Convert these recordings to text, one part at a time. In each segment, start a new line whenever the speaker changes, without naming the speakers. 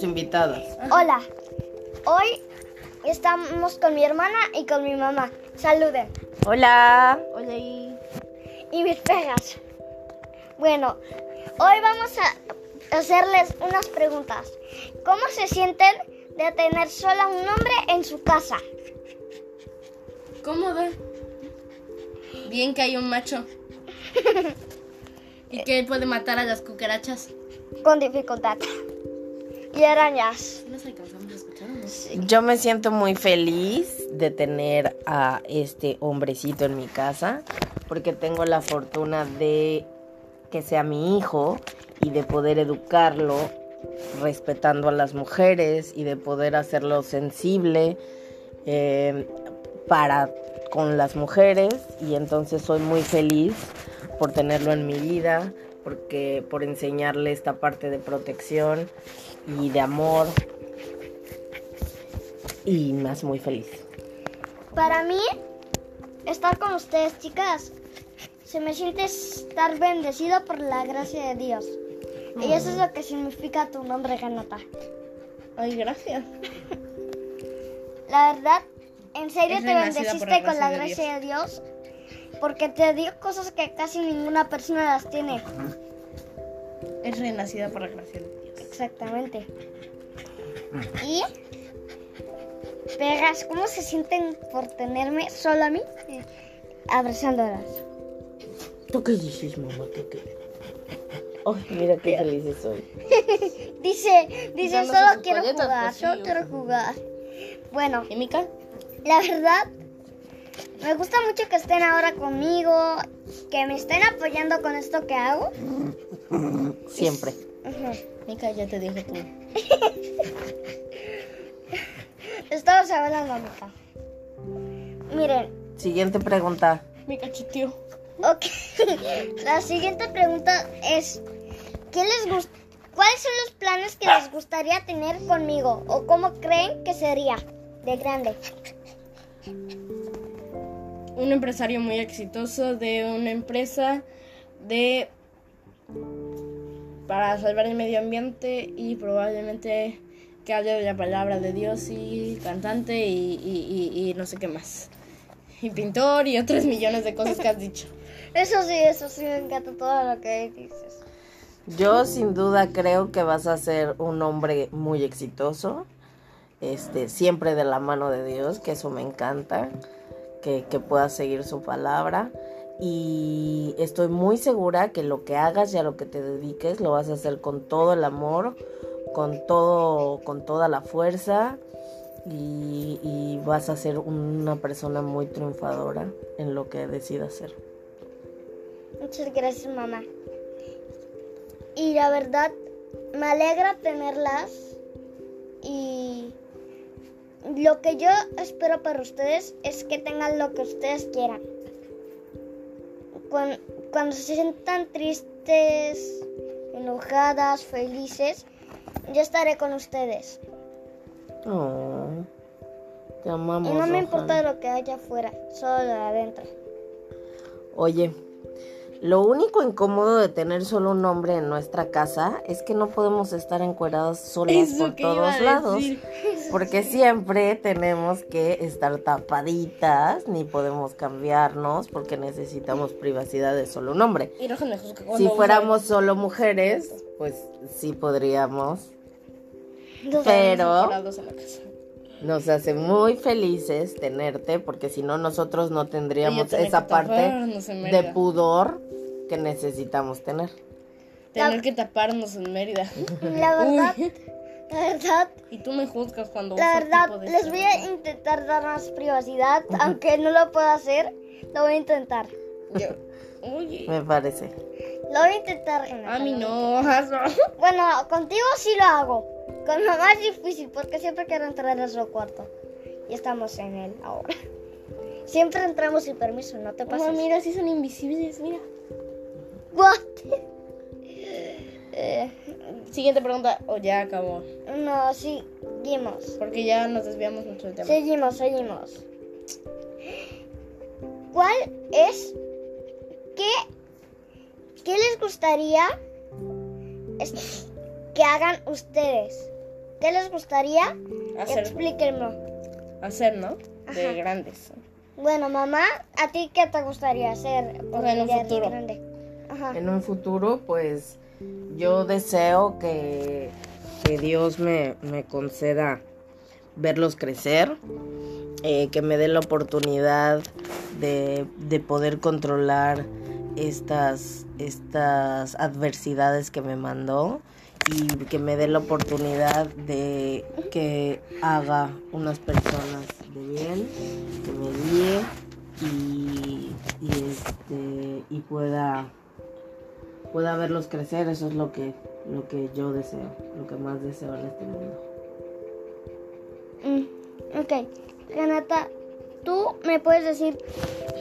Invitados.
Hola, hoy estamos con mi hermana y con mi mamá. Saluden.
Hola.
Hola. Y,
y mis pegas. Bueno, hoy vamos a hacerles unas preguntas. ¿Cómo se sienten de tener solo un hombre en su casa?
Cómodo. Bien que hay un macho. y que él puede matar a las cucarachas.
Con dificultad y arañas.
Nos alcanzamos a escuchar. No?
Sí. Yo me siento muy feliz de tener a este hombrecito en mi casa porque tengo la fortuna de que sea mi hijo y de poder educarlo respetando a las mujeres y de poder hacerlo sensible eh, para con las mujeres y entonces soy muy feliz por tenerlo en mi vida porque por enseñarle esta parte de protección y de amor y más muy feliz.
Para mí estar con ustedes, chicas, se me siente estar bendecida por la gracia de Dios. Mm. Y eso es lo que significa tu nombre, Ganata.
Ay, gracias.
la verdad, en serio es te bendeciste la con la gracia de Dios? de Dios porque te dio cosas que casi ninguna persona las tiene.
Es renacida por la gracia de Dios.
Exactamente. Y pegas, ¿cómo se sienten por tenerme solo a mí? eh, Abrazándolas.
¿Tú qué dices, mamá? ¿Tú qué? Oh, mira qué feliz soy.
dice, dice, solo quiero jugar, solo quiero jugar. Bueno.
¿Y Mika?
La verdad, me gusta mucho que estén ahora conmigo, que me estén apoyando con esto que hago.
Siempre.
Uh -huh. Mica, ya te dije tú.
Estamos hablando, Mica. Miren.
Siguiente pregunta.
Mica chitió.
Ok. La siguiente pregunta es: ¿qué les gust ¿Cuáles son los planes que les gustaría tener conmigo? ¿O cómo creen que sería de grande?
Un empresario muy exitoso de una empresa de para salvar el medio ambiente y probablemente que hable de la palabra de Dios y cantante y, y, y, y, no sé qué más. Y pintor y otros millones de cosas que has dicho.
Eso sí, eso sí, me encanta todo lo que dices.
Yo sin duda creo que vas a ser un hombre muy exitoso, este, siempre de la mano de Dios, que eso me encanta, que, que puedas seguir su palabra y estoy muy segura que lo que hagas y a lo que te dediques lo vas a hacer con todo el amor, con todo, con toda la fuerza y, y vas a ser una persona muy triunfadora en lo que decidas hacer.
Muchas gracias mamá. Y la verdad, me alegra tenerlas y lo que yo espero para ustedes es que tengan lo que ustedes quieran cuando, se sientan tristes, enojadas, felices, yo estaré con ustedes.
Oh, te amamos.
Y no me Rohan. importa lo que haya afuera, solo de adentro.
Oye, lo único incómodo de tener solo un hombre en nuestra casa es que no podemos estar encueradas solas por todos lados. Porque siempre tenemos que estar tapaditas, ni podemos cambiarnos porque necesitamos privacidad de solo un hombre. Si fuéramos solo mujeres, pues sí podríamos. Pero nos hace muy felices tenerte porque si no nosotros no tendríamos esa parte de pudor que necesitamos tener.
Tener la... que taparnos en Mérida.
La verdad, Uy. la verdad.
Y tú me juzgas cuando.
La verdad, de les voy a intentar dar más privacidad, uh -huh. aunque no lo pueda hacer, lo voy a intentar.
Yo. Uy.
Me parece.
Lo voy a intentar. Renata,
a mí no. no.
Bueno, contigo sí lo hago. Con mamá es difícil porque siempre quiero entrar a su cuarto. Y estamos en él ahora. Siempre entramos sin permiso, no te pases.
Oh, mira, sí son invisibles, mira.
What?
Eh, siguiente pregunta, o oh, ya acabó.
No, seguimos.
Porque ya nos desviamos mucho del tema.
Seguimos, seguimos. ¿Cuál es? ¿Qué ¿Qué les gustaría es- que hagan ustedes? ¿Qué les gustaría?
Hacer,
Explíquenme.
hacer ¿no? De
Ajá.
grandes.
Bueno, mamá, ¿a ti qué te gustaría hacer
O sea, en un
ya de
futuro.
grande? Ajá.
En un futuro, pues yo deseo que, que Dios me, me conceda verlos crecer, eh, que me dé la oportunidad de, de poder controlar estas, estas adversidades que me mandó y que me dé la oportunidad de que haga unas personas de bien, que me guíe y, y, este, y pueda pueda verlos crecer, eso es lo que, lo que yo deseo, lo que más deseo en este mundo.
Mm, ok. Renata, ¿tú me puedes decir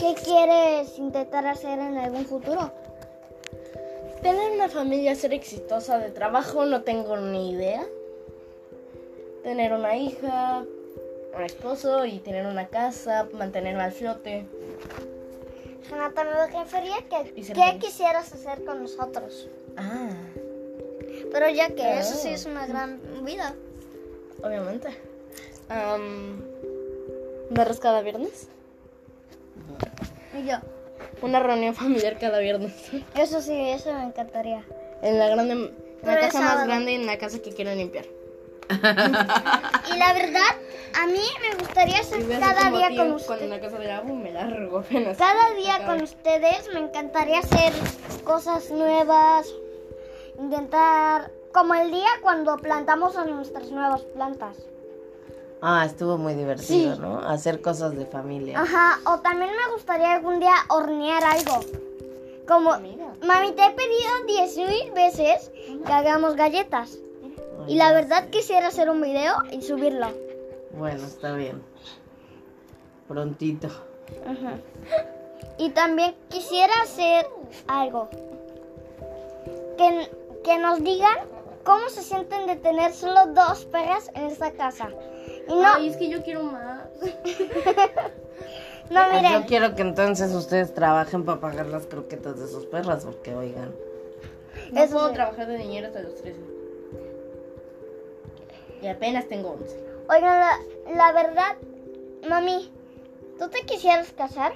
qué quieres intentar hacer en algún futuro?
Tener una familia, ser exitosa de trabajo, no tengo ni idea. Tener una hija, un esposo y tener una casa, mantenerme al flote.
Renata, me gustaría que
Y ser
qué
feliz.
quisieras hacer con nosotros.
Ah,
Pero ya que eso
Ah.
sí es una gran vida.
obviamente. Am, ¿Barros cada viernes?
Y yo,
Una reunión familiar cada viernes.
eso sí, eso me encantaría.
En la grande, en la
Pero es
casa más
sábado.
grande y en la casa que quieren limpiar.
Y la verdad, a mí me gustaría
Y
hacer
voy a hacer
cada
como
día
tío,
con
Cuando en
ustedes.
la casa de la abu me largo apenas.
Cada día
Acaba.
con ustedes me encantaría hacer cosas nuevas, intentar, como el día cuando plantamos a nuestras nuevas plantas.
Ah, estuvo muy divertido,
Sí.
¿no? Hacer cosas de familia.
Ajá, o también me gustaría algún día hornear algo. Como,
Ah, Mira.
mami, te he pedido 10.000 veces que hagamos galletas. Y la verdad quisiera hacer un video y subirlo.
Bueno, está bien. Prontito.
Y también quisiera hacer algo. Que, que nos digan cómo se sienten de tener solo dos perras en esta casa. Y no,
Ay, es que yo quiero más.
no
Pues yo
miren,
quiero que entonces ustedes trabajen para pagar las croquetas de sus perras, porque oigan.
No
Eso
puedo
sí.
trabajar de niñera hasta los 13. Y apenas tengo 11.
oigan, la, la verdad, mami, ¿tú te quisieras casar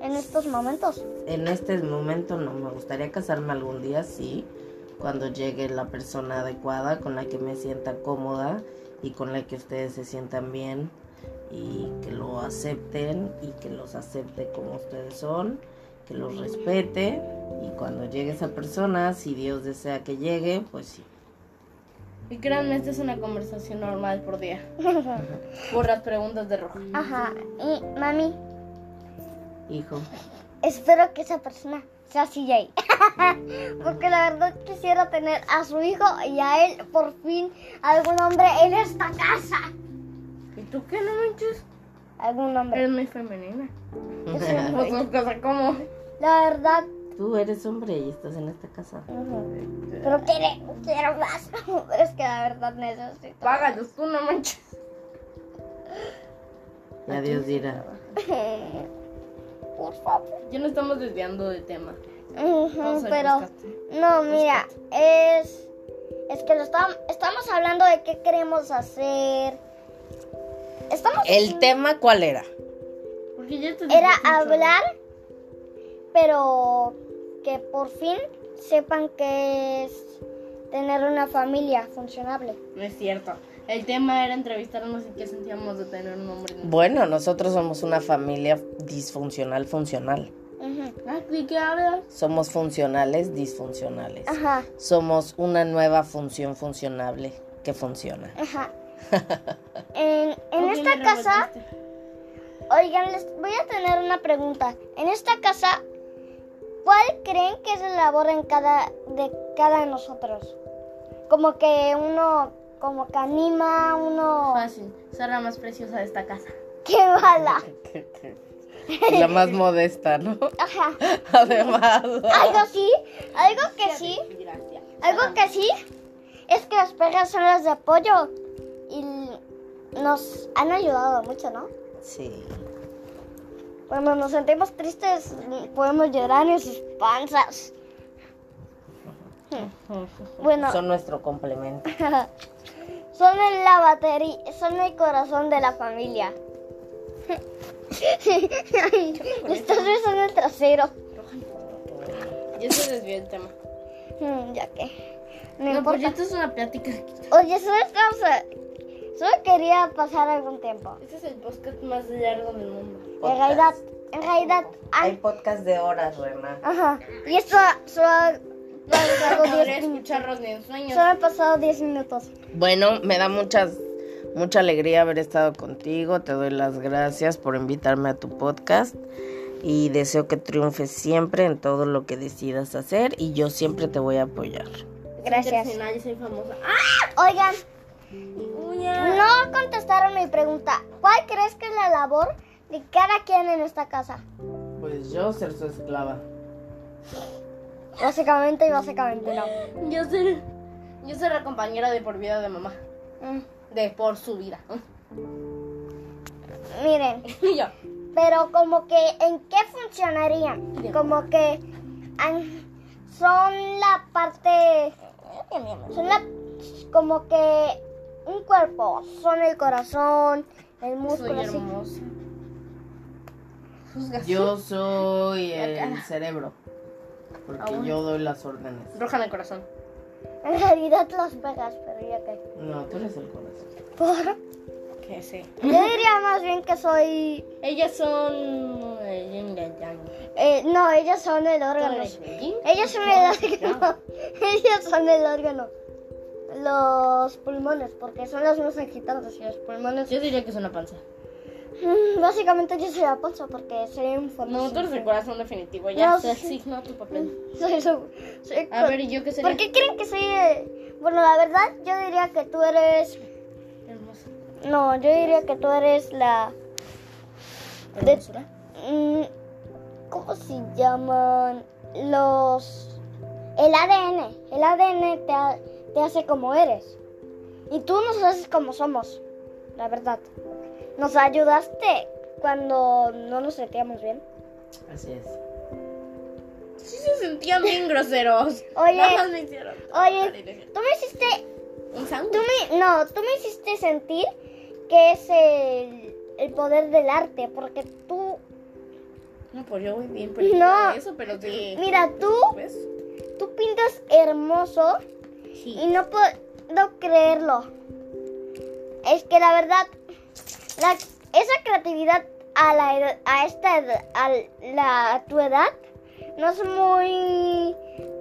en estos momentos?
En este momento no, me gustaría casarme algún día, sí, cuando llegue la persona adecuada con la que me sienta cómoda y con la que ustedes se sientan bien y que lo acepten y que los acepte como ustedes son, que los respete y cuando llegue esa persona, si Dios desea que llegue, pues sí.
Y créanme, esta es una conversación normal por día. Por las preguntas de rojo.
Ajá, y mami,
Hijo,
espero que esa persona sea CJ. Porque la verdad quisiera tener a su hijo y a él por fin algún hombre en esta casa.
¿Y tú qué no manches?
Algún hombre.
Eres muy femenina.
Ah,
Pues, no, cosa como.
La verdad,
tú eres hombre y estás en esta casa.
pero quiero, quiero más. Es que la verdad necesito.
Págalos tú, no manches.
Ya Dios dirá.
Por favor.
Ya no estamos desviando de tema. Vamos al
Mm, Pero,
podcast.
no, mira, es. Es que lo estam- estamos hablando de qué queremos hacer. Estamos.
¿El tema cuál era?
Porque ya te
Era
desviaste un chorro.
hablar, pero que por fin sepan que es tener una familia funcionable.
No es cierto. El tema era entrevistarnos y qué sentíamos de tener un hombre. en-
Bueno, nosotros somos una familia disfuncional funcional.
Ujú.
Ah, ¿De qué hablas?
Somos funcionales disfuncionales.
Ajá,
Somos una nueva función funcionable que funciona.
ajá. En, en
Ok,
esta
me
casa,
revolviste.
oigan, les voy a tener una pregunta. En esta casa, ¿cuál creen que es la labor en cada, de cada de nosotros? Como que uno, como que anima, uno...
Fácil. Ser la más preciosa de esta casa.
¡Qué mala!
La más modesta, ¿no?
Ajá.
Además.
Algo sí, algo que sí.
Gracias.
Algo que sí es que las perras son las de apoyo y l- nos han ayudado mucho, ¿no?
Sí.
Cuando nos sentimos tristes mm, podemos llorar en sus panzas. Bueno,
Son nuestro complemento.
son el, la batería, son el corazón de la familia. Le estás besando el trasero.
Ya se desvió el tema.
Mm, Ya que. No,
No,
pues
importa.
porque pues esto es una plática.
Oye, solo estamos a- Solo quería pasar algún tiempo.
Este es el podcast más largo del mundo.
En
Podcast.
realidad, en realidad,
Hay
al-
podcast de horas, Renan.
ajá. Y esto solo, solo hago
Podría
10 minutos.
escucharlos ni en sueños.
Solo he pasado 10 minutos.
Bueno, me da muchas, mucha alegría haber estado contigo. Te doy las gracias por invitarme a tu podcast. Y deseo que triunfes siempre en todo lo que decidas hacer. Y yo siempre te voy a apoyar.
Gracias.
Internacional, yo soy famosa.
Oigan,
¡Ah!
no contestaron mi pregunta. ¿Cuál crees que es la labor de cada quien en esta casa?
Pues yo ser su esclava.
Básicamente y básicamente no.
Yo seré. Yo seré la compañera de por vida de mamá.
Mm,
De por su vida.
Miren,
Y yo.
pero como que en qué funcionarían? Como que an- son la parte son la como que un cuerpo, son el corazón, el
Soy
músculo, así.
hermosa.
Yo soy el
cara.
cerebro. Porque yo doy las órdenes.
Roja en el corazón.
En realidad las pegas, pero ya que.
No, tú eres el corazón.
Por-
Que sí.
Yo diría más bien que soy
Ellas son. eh, yin y el yang.
eh, no, ellos son el
Tú
órgano.
eres el yin,
Ellos son el órgano. Ellos son el órgano. Los pulmones, porque son los más excitantes y los pulmones.
Yo diría que es una panza.
Mm, Básicamente yo soy la panza porque soy un fondo.
No, tú eres el corazón definitivo. Ya
No,
se
sí.
asignó tu papel.
Soy su- soy
A
co-
ver, ¿y yo qué sería?
¿Por qué creen que soy eh, Bueno, la verdad, yo diría que tú eres.
Hermosa.
No, yo diría que tú eres la. De-
Hermosura.
mm, ¿Cómo se llaman? Los. El ADN. El ADN te, ha- te hace como eres. Y tú nos haces como somos. La verdad. Nos ayudaste cuando no nos sentíamos bien.
Así es.
Sí se sentían bien groseros.
Oye.
Nada más me hicieron.
Oye, tú me hiciste.
Un sándwich.
Tú me, no, tú me hiciste sentir que es el, el poder del arte. Porque tú.
No, pues yo voy bien
No.
perdida de eso, pero sí.
Mira, tú.
¿Ves?
Tú pintas hermoso. Y
Sí.
no puedo creerlo. Es que la verdad, la- esa creatividad a, la, ed- a esta ed- a, la, a tu edad no es muy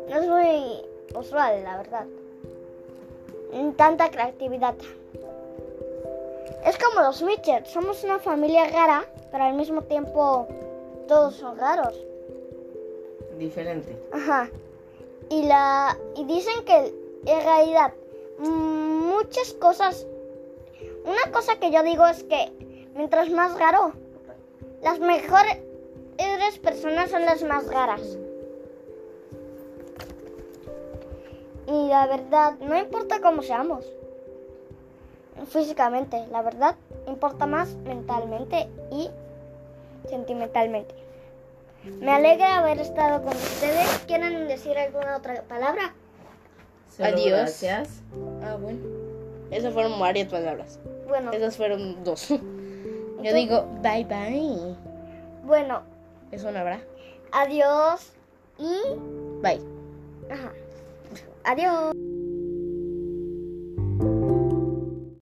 no es muy usual, la verdad. Mm, Tanta creatividad. Es como los Mitchell, somos una familia rara, pero al mismo tiempo todos son raros.
Diferente.
Ajá. Y la y dicen que en realidad mm, muchas cosas una cosa que yo digo es que mientras más raro las mejores personas son las más raras. Y la verdad, no importa cómo seamos físicamente, la verdad importa más mentalmente y sentimentalmente. Me alegra haber estado con ustedes. ¿Quieren decir alguna otra palabra?
Solo
Adiós.
Gracias.
Ah, bueno. Esas fueron varias palabras.
Bueno,
Esas fueron dos. Yo digo bye bye.
bueno,
Eso no habrá.
adiós y
Bye.
ajá. Adiós.